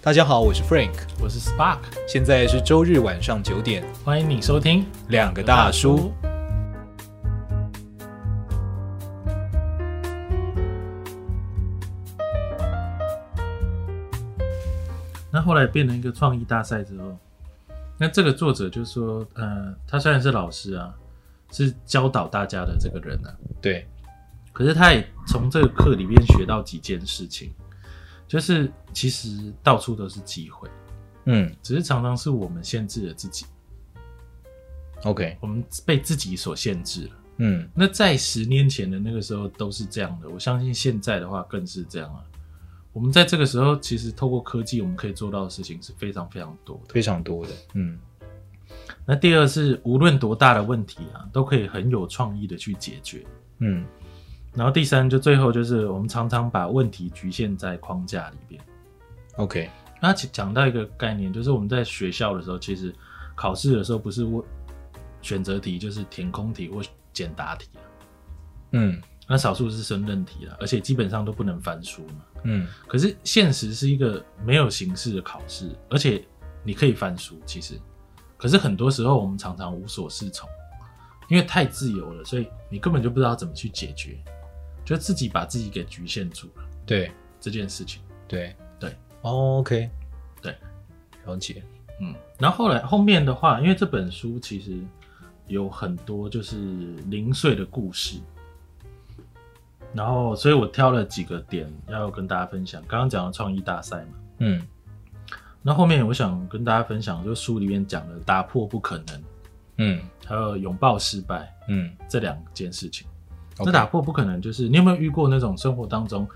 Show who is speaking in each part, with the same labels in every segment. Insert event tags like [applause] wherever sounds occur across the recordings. Speaker 1: 大家好，我是 Frank，
Speaker 2: 我是 Spark，
Speaker 1: 现在是周日晚上九点，
Speaker 2: 欢迎你收听
Speaker 1: 两个大叔。
Speaker 2: 那后来变成一个创意大赛之后，那这个作者就说，呃，他虽然是老师啊，是教导大家的这个人啊，
Speaker 1: 对，
Speaker 2: 可是他也从这个课里面学到几件事情，就是其实到处都是机会，
Speaker 1: 嗯
Speaker 2: 只是常常是我们限制了自己，
Speaker 1: ，OK，
Speaker 2: 我们被自己所限制了。
Speaker 1: 嗯
Speaker 2: 那在十年前的那个时候都是这样的，我相信现在的话更是这样啊。我们在这个时候，其实透过科技，我们可以做到的事情是非常非常多的。
Speaker 1: 非常多的，嗯
Speaker 2: 那第二是，无论多大的问题啊，都可以很有创意的去解决。
Speaker 1: 嗯
Speaker 2: 然后第三，就最后就是我们常常把问题局限在框架里边。
Speaker 1: ，OK，
Speaker 2: 那其讲到一个概念，就是我们在学校的时候，其实考试的时候不是问选择题，就是填空题或简答题啊
Speaker 1: 嗯
Speaker 2: 那少数是申论题了，而且基本上都不能翻书嘛。
Speaker 1: 嗯
Speaker 2: 可是现实是一个没有形式的考试，而且你可以翻书，其实，可是很多时候我们常常无所适从，因为太自由了，所以你根本就不知道怎么去解决，就自己把自己给局限住了
Speaker 1: 对
Speaker 2: 这件事情。
Speaker 1: 对
Speaker 2: 对
Speaker 1: 哦，OK，
Speaker 2: 对，
Speaker 1: 了解，
Speaker 2: 嗯，然后后来后面的话，因为这本书其实有很多就是零碎的故事，然后所以我挑了几个点要跟大家分享。刚刚讲的创意大赛嘛，
Speaker 1: 嗯
Speaker 2: 那后面我想跟大家分享，就是书里面讲的打破不可能，
Speaker 1: 嗯
Speaker 2: 还有拥抱失败
Speaker 1: 嗯
Speaker 2: 这两件事情。
Speaker 1: ，OK，
Speaker 2: 那打破不可能就是你有没有遇过那种生活当中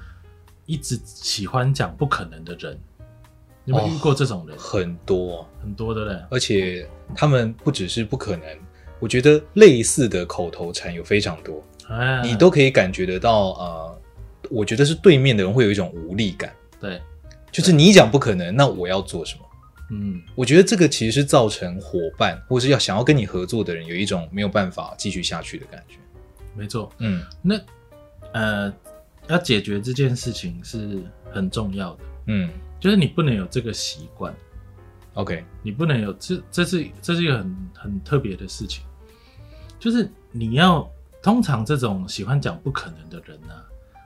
Speaker 2: 一直喜欢讲不可能的人？你有没有遇过这种人？
Speaker 1: 很多，
Speaker 2: 很多的嘞。
Speaker 1: 而且他们不只是不可能，我觉得类似的口头禅有非常多，
Speaker 2: 哎，
Speaker 1: 你都可以感觉得到，呃，我觉得是对面的人会有一种无力感，
Speaker 2: 对，
Speaker 1: 就是你讲不可能，那我要做什么？
Speaker 2: 嗯，
Speaker 1: 我觉得这个其实是造成伙伴或是要想要跟你合作的人有一种没有办法继续下去的感觉。
Speaker 2: 没错。
Speaker 1: 嗯
Speaker 2: 那呃，要解决这件事情是很重要的，
Speaker 1: 嗯
Speaker 2: 就是你不能有这个习惯，
Speaker 1: ，OK，
Speaker 2: 你不能有这这是这是一个很很特别的事情，就是你要通常这种喜欢讲不可能的人啊，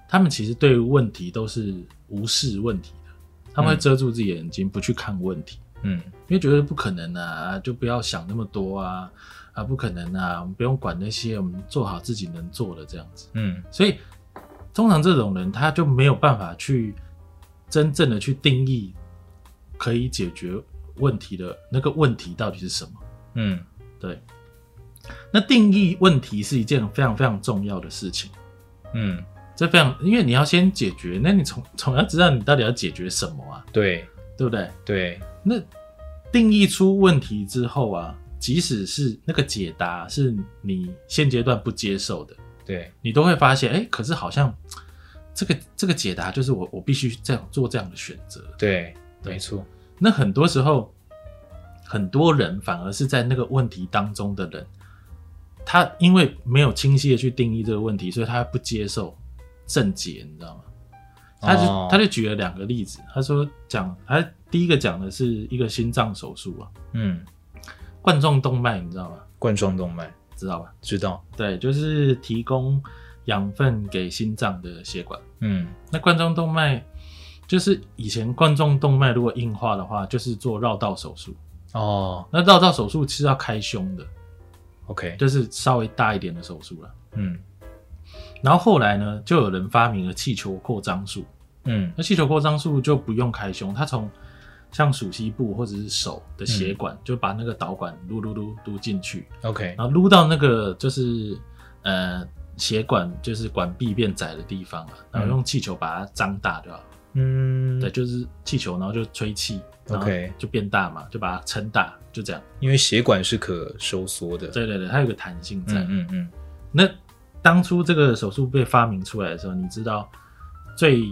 Speaker 2: 他们其实对问题都是无视问题的，他们会
Speaker 1: 嗯
Speaker 2: 遮住自己的眼睛不去看问题，
Speaker 1: 嗯
Speaker 2: 因为觉得不可能啊，就不要想那么多啊啊不可能啊，我们不用管那些，我们做好自己能做的这样子。
Speaker 1: 嗯
Speaker 2: 所以通常这种人他就没有办法去真正的去定义可以解决问题的那个问题到底是什么。
Speaker 1: 嗯
Speaker 2: 对，那定义问题是一件非常非常重要的事情。
Speaker 1: 嗯，
Speaker 2: 这非常，因为你要先解决，那你总总要知道你到底要解决什么啊，
Speaker 1: 对
Speaker 2: 对不对？
Speaker 1: 对，
Speaker 2: 那定义出问题之后啊，即使是那个解答是你现阶段不接受的，
Speaker 1: 对，
Speaker 2: 你都会发现，哎、可是好像这个这个解答就是我我必须这样做这样的选择。
Speaker 1: 对，
Speaker 2: 对
Speaker 1: 没错，
Speaker 2: 那很多时候，很多人反而是在那个问题当中的人，他因为没有清晰的去定义这个问题，所以他不接受正解，你知道吗？他就、
Speaker 1: 哦
Speaker 2: 他就举了两个例子，他说讲他第一个讲的是一个心脏手术啊，
Speaker 1: 嗯，
Speaker 2: 冠状动脉，你知道吗？
Speaker 1: 冠状动脉，
Speaker 2: 知道吧？
Speaker 1: 知道，
Speaker 2: 对，就是提供养分给心脏的血管。
Speaker 1: 嗯
Speaker 2: 那冠状动脉就是以前冠状动脉如果硬化的话，就是做绕道手术。
Speaker 1: 哦
Speaker 2: 那绕道手术是要开胸的，
Speaker 1: ，OK，
Speaker 2: 就是稍微大一点的手术了。
Speaker 1: 嗯
Speaker 2: 然后后来呢，就有人发明了气球扩张术。
Speaker 1: 嗯
Speaker 2: 那气球扩张术就不用开胸，它从像属膝部或者是手的血管，就把那个导管撸撸撸撸进去，
Speaker 1: ，OK，
Speaker 2: 然后撸到那个就是呃血管就是管壁变窄的地方了，啊然后用气球把它张大就好了。
Speaker 1: 嗯，
Speaker 2: 对，，就是气球，然后就吹气然后
Speaker 1: OK 嗯
Speaker 2: 就变大嘛，就把它撑大，就这样。
Speaker 1: 因为血管是可收缩的，
Speaker 2: 对对对，它有个弹性在。
Speaker 1: 嗯嗯嗯，
Speaker 2: 那当初这个手术被发明出来的时候，你知道最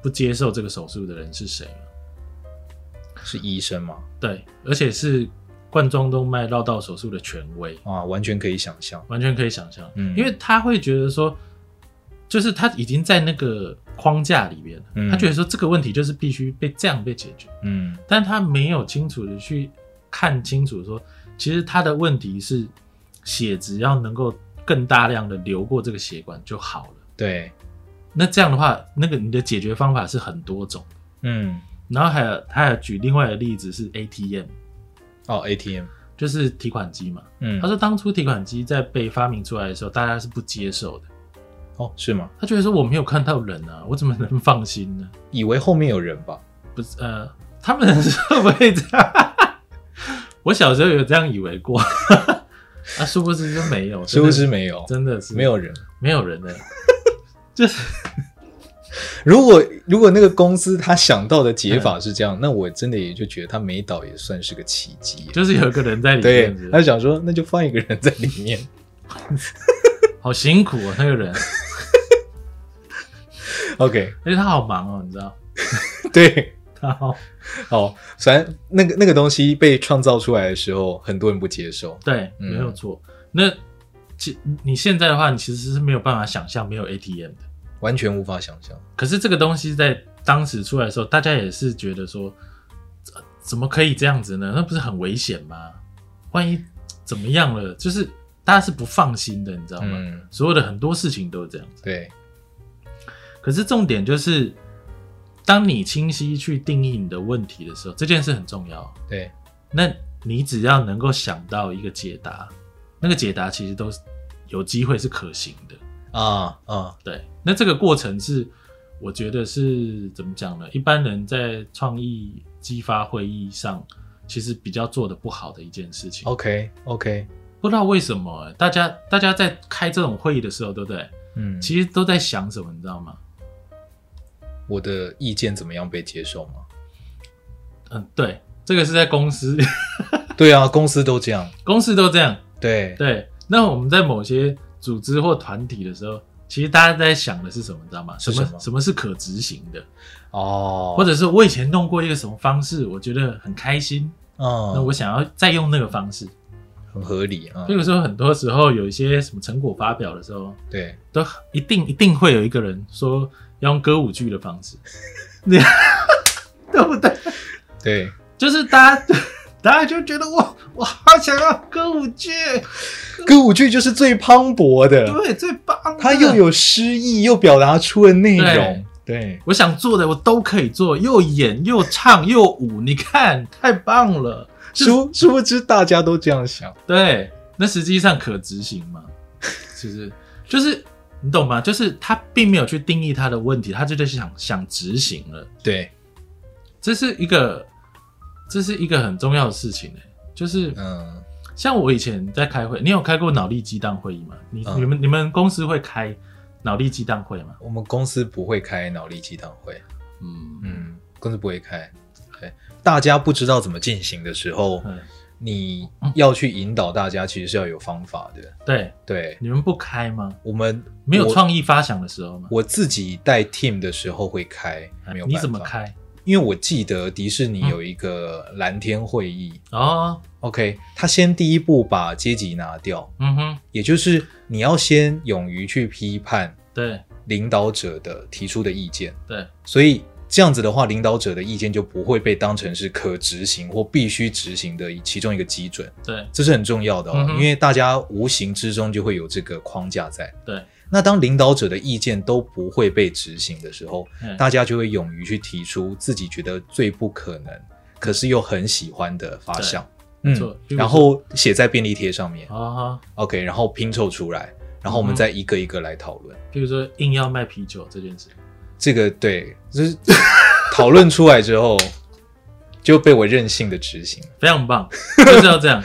Speaker 2: 不接受这个手术的人是谁吗？
Speaker 1: 是医生嘛，
Speaker 2: 对，而且是冠状动脉绕道手术的权威，
Speaker 1: 啊，完全可以想象，
Speaker 2: 完全可以想象，
Speaker 1: 嗯
Speaker 2: 因为他会觉得说。就是他已经在那个框架里边了，
Speaker 1: 嗯
Speaker 2: 他觉得说这个问题就是必须被这样被解决，
Speaker 1: 嗯
Speaker 2: 但他没有清楚的去看清楚说，其实他的问题是血只要能够更大量的流过这个血管就好了。
Speaker 1: 对，
Speaker 2: 那这样的话，那个你的解决方法是很多种。
Speaker 1: 嗯
Speaker 2: 然后还有他还有举另外的例子是 ATM，
Speaker 1: 哦 ATM，
Speaker 2: 就是提款机嘛。
Speaker 1: 嗯，
Speaker 2: 他说当初提款机在被发明出来的时候，大家是不接受的。
Speaker 1: 哦是吗？
Speaker 2: 他觉得说我没有看到人啊，我怎么能放心呢？
Speaker 1: 以为后面有人吧？
Speaker 2: 不是呃，他们是不会这样。我小时候有这样以为过， [laughs] 啊，殊不知就没
Speaker 1: [laughs]
Speaker 2: 有，
Speaker 1: 是不是
Speaker 2: 真的
Speaker 1: 没有？
Speaker 2: 真的是
Speaker 1: 没有人。
Speaker 2: 没有人呢、就是
Speaker 1: 如果如果那个公司他想到的解法是这样，那我真的也就觉得他没倒也算是个奇迹耶。
Speaker 2: 就是有一个人在里
Speaker 1: 对
Speaker 2: 面，是，不
Speaker 1: 他
Speaker 2: 是
Speaker 1: 想说那就放一个人在里面， [laughs]
Speaker 2: 好辛苦啊，那个人，
Speaker 1: OK，
Speaker 2: 而且他好忙哦，你知道，
Speaker 1: 对，
Speaker 2: 他好
Speaker 1: 好，反正那个那个东西被创造出来的时候，很多人不接受，
Speaker 2: 对，
Speaker 1: 嗯
Speaker 2: 没有错。那其你现在的话，你其实是没有办法想象没有 ATM 的。
Speaker 1: 完全无法想象。
Speaker 2: 可是这个东西在当时出来的时候，大家也是觉得说，呃怎么可以这样子呢？那不是很危险吗？万一怎么样了，就是大家是不放心的，你知道吗？
Speaker 1: 嗯，
Speaker 2: 所有的很多事情都是这样子。
Speaker 1: 对，
Speaker 2: 可是重点就是，当你清晰去定义你的问题的时候，这件事很重要。
Speaker 1: 对，
Speaker 2: 那你只要能够想到一个解答，那个解答其实都是有机会是可行的。
Speaker 1: 啊啊，
Speaker 2: 对，那这个过程是，我觉得是怎么讲呢？一般人在创意激发会议上，其实比较做的不好的一件事情。
Speaker 1: ，OK OK，
Speaker 2: 不知道为什么、大家大家在开这种会议的时候，对不对？
Speaker 1: 嗯，
Speaker 2: 其实都在想什么，你知道吗？
Speaker 1: 我的意见怎么样被接受吗？
Speaker 2: 嗯，对，这个是在公司， [laughs]
Speaker 1: 对啊，公司都这样，
Speaker 2: 公司都这样。
Speaker 1: 对，
Speaker 2: 对，那我们在某些组织或团体的时候，其实大家在想的是什么，你知道吗？
Speaker 1: 是
Speaker 2: 什么
Speaker 1: 什么
Speaker 2: 什么是可执行的，
Speaker 1: 哦，
Speaker 2: 或者是我以前弄过一个什么方式，我觉得很开心，那
Speaker 1: 嗯，
Speaker 2: 我想要再用那个方式。
Speaker 1: 很合理啊
Speaker 2: 这，个时候，很多时候有一些什么成果发表的时候，
Speaker 1: 对，
Speaker 2: 都一定一定会有一个人说要用歌舞剧的
Speaker 1: [laughs]
Speaker 2: 方式，你对不对？
Speaker 1: 对，
Speaker 2: 就是大家大家就觉得哇，我好想要歌舞剧，
Speaker 1: 歌舞剧就是最磅礴的，
Speaker 2: 对，最棒的。
Speaker 1: 它又有诗意，又表达出了内容，对，
Speaker 2: 我想做的，我都可以做，又演又唱又舞，你看太棒了。就是
Speaker 1: 殊殊不知大家都这样想，
Speaker 2: 对，那实际上可执行吗？其实就是你懂吗？就是他并没有去定义他的问题，他就在想想执行了。
Speaker 1: 对，
Speaker 2: 这是一个，这是一个很重要的事情、欸、就是
Speaker 1: 嗯，
Speaker 2: 像我以前在开会，你有开过脑力激荡会议吗？你、
Speaker 1: 嗯
Speaker 2: 你们你们公司会开脑力激荡会吗？
Speaker 1: 我们公司不会开脑力激荡会，
Speaker 2: 嗯
Speaker 1: 嗯，公司不会开，对，大家不知道怎么进行的时候，
Speaker 2: 嗯，
Speaker 1: 你要去引导大家，其实是要有方法的，
Speaker 2: 对，
Speaker 1: 对。
Speaker 2: 你们不开吗？
Speaker 1: 我们
Speaker 2: 没有
Speaker 1: 我
Speaker 2: 创意发想的时候吗？
Speaker 1: 我自己带 team 的时候会开，嗯没有
Speaker 2: 你
Speaker 1: 办
Speaker 2: 怎么
Speaker 1: 法？
Speaker 2: 开？
Speaker 1: 因为我记得迪士尼有一个蓝天会议、
Speaker 2: 哦，
Speaker 1: o k 他先第一步把阶级拿掉，
Speaker 2: 嗯哼，
Speaker 1: 也就是你要先勇于去批判
Speaker 2: 对
Speaker 1: 领导者的提出的意见，
Speaker 2: 对，
Speaker 1: 所以这样子的话，领导者的意见就不会被当成是可执行或必须执行的其中一个基准，
Speaker 2: 对
Speaker 1: 这是很重要的哦，
Speaker 2: 嗯哼
Speaker 1: 因为大家无形之中就会有这个框架在。
Speaker 2: 对，
Speaker 1: 那当领导者的意见都不会被执行的时候，
Speaker 2: 嗯
Speaker 1: 大家就会勇于去提出自己觉得最不可能，可是又很喜欢的发想，
Speaker 2: 没错
Speaker 1: 嗯，
Speaker 2: 比如说
Speaker 1: 然后写在便利贴上面、
Speaker 2: 哦，
Speaker 1: o k 然后拼凑出来，然后我们
Speaker 2: 嗯
Speaker 1: 再一个一个来讨论。
Speaker 2: 比如说硬要卖啤酒这件事，
Speaker 1: 这个对，就是讨论出来之后就被我任性的执行。
Speaker 2: 非常棒，就是要这样，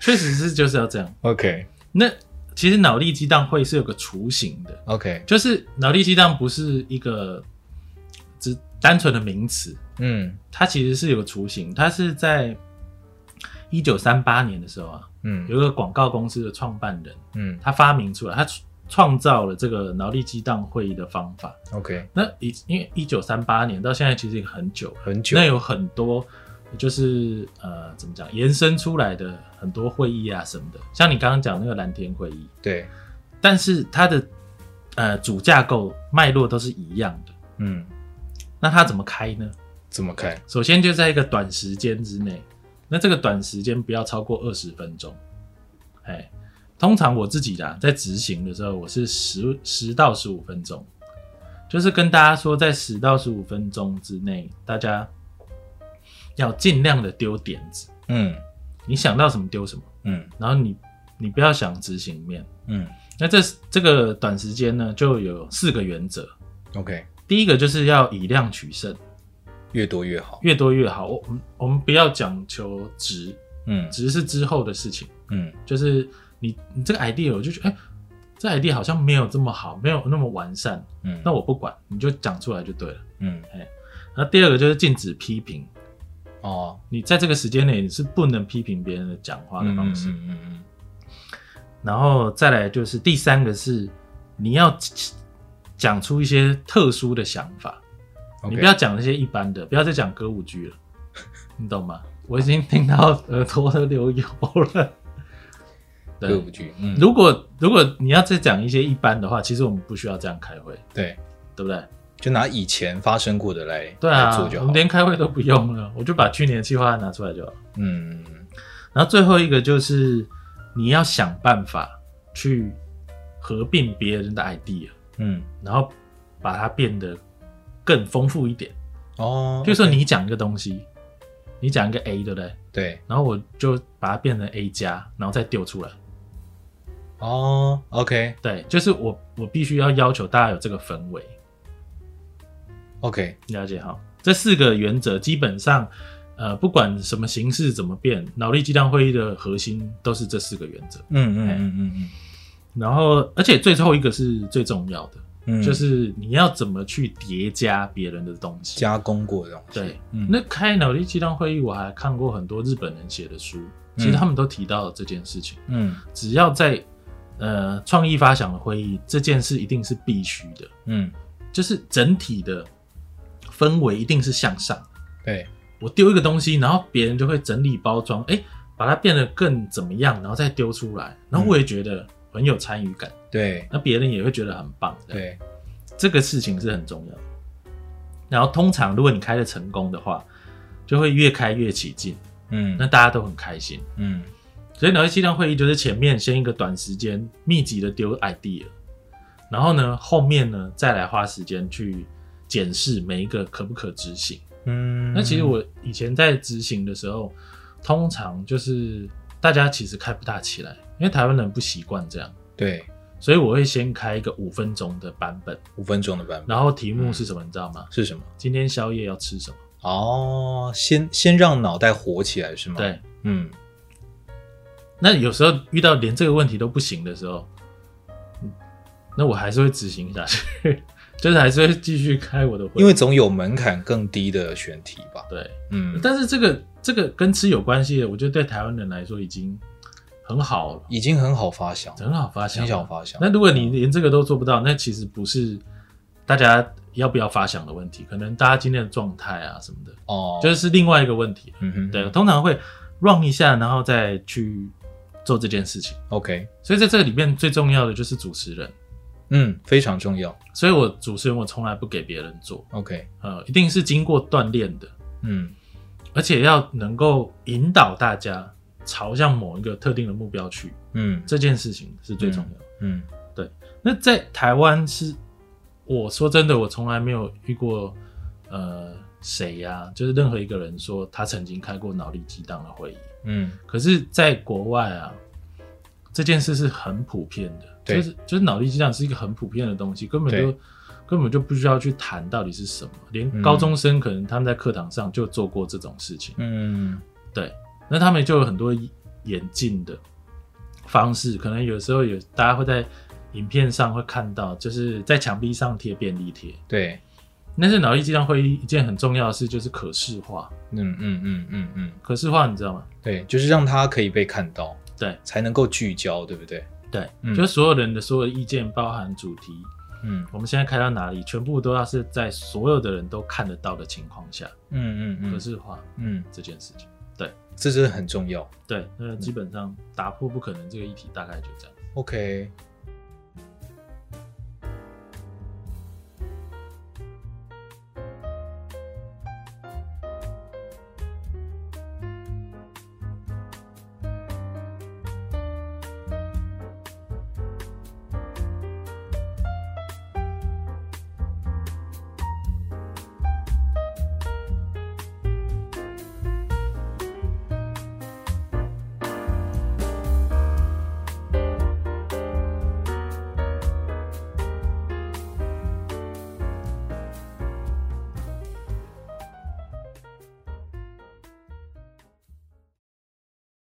Speaker 2: 确实是就是要这样。
Speaker 1: OK
Speaker 2: 那其实脑力激荡会是有个雏形的，
Speaker 1: OK，
Speaker 2: 就是脑力激荡不是一个只单纯的名词，
Speaker 1: 嗯
Speaker 2: 它其实是有个雏形，它是在一九三八年的时候啊，
Speaker 1: 嗯
Speaker 2: 有一个广告公司的创办人，
Speaker 1: 嗯
Speaker 2: 他发明出来，他创创造了这个脑力激荡会议的方法。
Speaker 1: ，OK，
Speaker 2: 那以因为一九三八年到现在其实已经很久了，
Speaker 1: 很久
Speaker 2: 那，有很多就是呃怎么讲延伸出来的很多会议啊什么的，像你刚刚讲那个蓝天会议，
Speaker 1: 对，
Speaker 2: 但是它的呃主架构脉络都是一样的，
Speaker 1: 嗯，
Speaker 2: 那它怎么开呢？
Speaker 1: 怎么开？
Speaker 2: 首先就在一个短时间之内，那这个短时间不要超过二十分钟。哎，通常我自己啦，在执行的时候，我是十十到十五分钟，就是跟大家说，在十到十五分钟之内，大家要尽量的丢点子，
Speaker 1: 嗯
Speaker 2: 你想到什么丢什么，
Speaker 1: 嗯
Speaker 2: 然后你你不要想执行面。
Speaker 1: 嗯
Speaker 2: 那这这个短时间呢，就有四个原则。
Speaker 1: ，OK，
Speaker 2: 第一个就是要以量取胜，
Speaker 1: 越多越好。
Speaker 2: 越多越好。我我们我们不要讲求值，
Speaker 1: 嗯
Speaker 2: 只是之后的事情，
Speaker 1: 嗯
Speaker 2: 就是你你这个 idea，我就觉得，哎、这 idea 好像没有这么好，没有那么完善，
Speaker 1: 嗯，
Speaker 2: 那我不管，你就讲出来就对了。
Speaker 1: 嗯
Speaker 2: 然后第二个就是禁止批评，
Speaker 1: 哦，
Speaker 2: 你在这个时间内你是不能批评别人的讲话的
Speaker 1: 嗯
Speaker 2: 方
Speaker 1: 嗯
Speaker 2: 式。
Speaker 1: 嗯嗯
Speaker 2: 然后再来就是第三个是你要讲出一些特殊的想法，
Speaker 1: 嗯，
Speaker 2: 你不要讲那些一般的，不要再讲歌舞剧了，你懂吗？我已经听到耳朵都流油了。对，
Speaker 1: 歌舞剧，嗯，
Speaker 2: 如果如果你要再讲一些一般的话，其实我们不需要这样开会，
Speaker 1: 对，
Speaker 2: 对不对？
Speaker 1: 就拿以前发生过的来
Speaker 2: 对
Speaker 1: 来
Speaker 2: 啊，
Speaker 1: 做就
Speaker 2: 我
Speaker 1: 好
Speaker 2: 们。连开会都不用了，我就把去年的计划案拿出来就好。
Speaker 1: 嗯嗯
Speaker 2: 然后最后一个就是你要想办法去合并别人的 idea，
Speaker 1: 嗯，
Speaker 2: 然后把它变得更丰富一点。
Speaker 1: 哦，
Speaker 2: 比如说你讲一个东西，你讲一个 A，对不对？
Speaker 1: 对，
Speaker 2: 然后我就把它变成 A 加，然后再丢出来。
Speaker 1: 哦，OK
Speaker 2: 对，就是我我必须要要求大家有这个氛围。
Speaker 1: OK，
Speaker 2: 了解哈，这四个原则基本上，呃，不管什么形式怎么变，脑力激荡会议的核心都是这四个原则。
Speaker 1: 嗯嗯
Speaker 2: 哎
Speaker 1: 嗯嗯
Speaker 2: 然后，而且最后一个是最重要的，
Speaker 1: 嗯，
Speaker 2: 就是你要怎么去叠加别人的东西。
Speaker 1: 加工过的东西。
Speaker 2: 对，
Speaker 1: 嗯，
Speaker 2: 那开脑力激荡会议，我还看过很多日本人写的书，其实他们都提到这件事情。
Speaker 1: 嗯
Speaker 2: 只要在呃创意发想的会议，这件事一定是必须的，
Speaker 1: 嗯，
Speaker 2: 就是整体的氛围一定是向上。
Speaker 1: 对，
Speaker 2: 我丢一个东西，然后别人就会整理包装，哎、把它变得更怎么样，然后再丢出来，然后我也觉得很有参与感，
Speaker 1: 对
Speaker 2: 那别人也会觉得很棒。这样，
Speaker 1: 对，
Speaker 2: 这个事情是很重要的。然后通常如果你开的成功的话，就会越开越起劲，
Speaker 1: 嗯
Speaker 2: 那大家都很开心。
Speaker 1: 嗯
Speaker 2: 所以脑力激荡会议就是前面先一个短时间密集的丢 idea，然后呢后面呢再来花时间去检视每一个可不可执行。
Speaker 1: 嗯，
Speaker 2: 那其实我以前在执行的时候，通常就是大家其实开不大起来，因为台湾人不习惯这样，
Speaker 1: 对
Speaker 2: 所以我会先开一个五分钟的版本，
Speaker 1: 五分钟的版本
Speaker 2: 然后题目是
Speaker 1: 嗯
Speaker 2: 什么，你知道吗？
Speaker 1: 是什么？
Speaker 2: 今天宵夜要吃什么？
Speaker 1: 哦，先先让脑袋活起来是吗？，
Speaker 2: 对，
Speaker 1: 嗯，
Speaker 2: 那有时候遇到连这个问题都不行的时候，嗯那我还是会执行下去， [laughs] 就是还是会继续开我的会，
Speaker 1: 因为总有门槛更低的选题吧。
Speaker 2: 对，
Speaker 1: 嗯，
Speaker 2: 但是这个这个跟吃有关系的，我觉得对台湾人来说已经很好了，
Speaker 1: 已经很好发想，
Speaker 2: 很好发现，
Speaker 1: 很想发想。
Speaker 2: 那如果你连这个都做不到，那其实不是大家要不要发想的问题，可能大家今天的状态啊什么的，
Speaker 1: 哦，
Speaker 2: 就是是另外一个问题。
Speaker 1: 嗯哼，
Speaker 2: 对，通常会 run 一下，然后再去做这件事情。
Speaker 1: ，OK，
Speaker 2: 所以在这里面最重要的就是主持人，
Speaker 1: 嗯，非常重要
Speaker 2: 所以我主持人我从来不给别人做，
Speaker 1: ，OK，
Speaker 2: 呃，一定是经过锻炼的，
Speaker 1: 嗯
Speaker 2: 而且要能够引导大家朝向某一个特定的目标去，
Speaker 1: 嗯
Speaker 2: 这件事情是最重要的。
Speaker 1: 嗯
Speaker 2: 那在台湾是，我说真的，我从来没有遇过，呃，谁呀、就是任何一个人说他曾经开过脑力激荡的会议。
Speaker 1: 嗯
Speaker 2: 可是，在国外啊，这件事是很普遍的，
Speaker 1: 对
Speaker 2: 就是就是脑力激荡是一个很普遍的东西，根本就
Speaker 1: 对
Speaker 2: 根本就不需要去谈到底是什么，连
Speaker 1: 嗯
Speaker 2: 高中生可能他们在课堂上就做过这种事情，
Speaker 1: 嗯
Speaker 2: 对，那他们就有很多演进的方式，可能有时候有大家会在影片上会看到，就是在墙壁上贴便利贴。
Speaker 1: 对，
Speaker 2: 但是脑力激荡会议一件很重要的事就是可视化，
Speaker 1: 嗯嗯嗯嗯嗯，
Speaker 2: 可视化你知道吗？
Speaker 1: 对，就是让它可以被看到，
Speaker 2: 对
Speaker 1: 才能够聚焦，对不对？
Speaker 2: 对，
Speaker 1: 嗯
Speaker 2: 就是所有人的所有意见，包含主题，
Speaker 1: 嗯
Speaker 2: 我们现在开到哪里，全部都要是在所有的人都看得到的情况下，
Speaker 1: 嗯嗯嗯，
Speaker 2: 可视化
Speaker 1: 嗯，
Speaker 2: 这件事情。
Speaker 1: 这真的很重要。
Speaker 2: 对，那基本上打破不可能这个议题大概就这样。
Speaker 1: OK，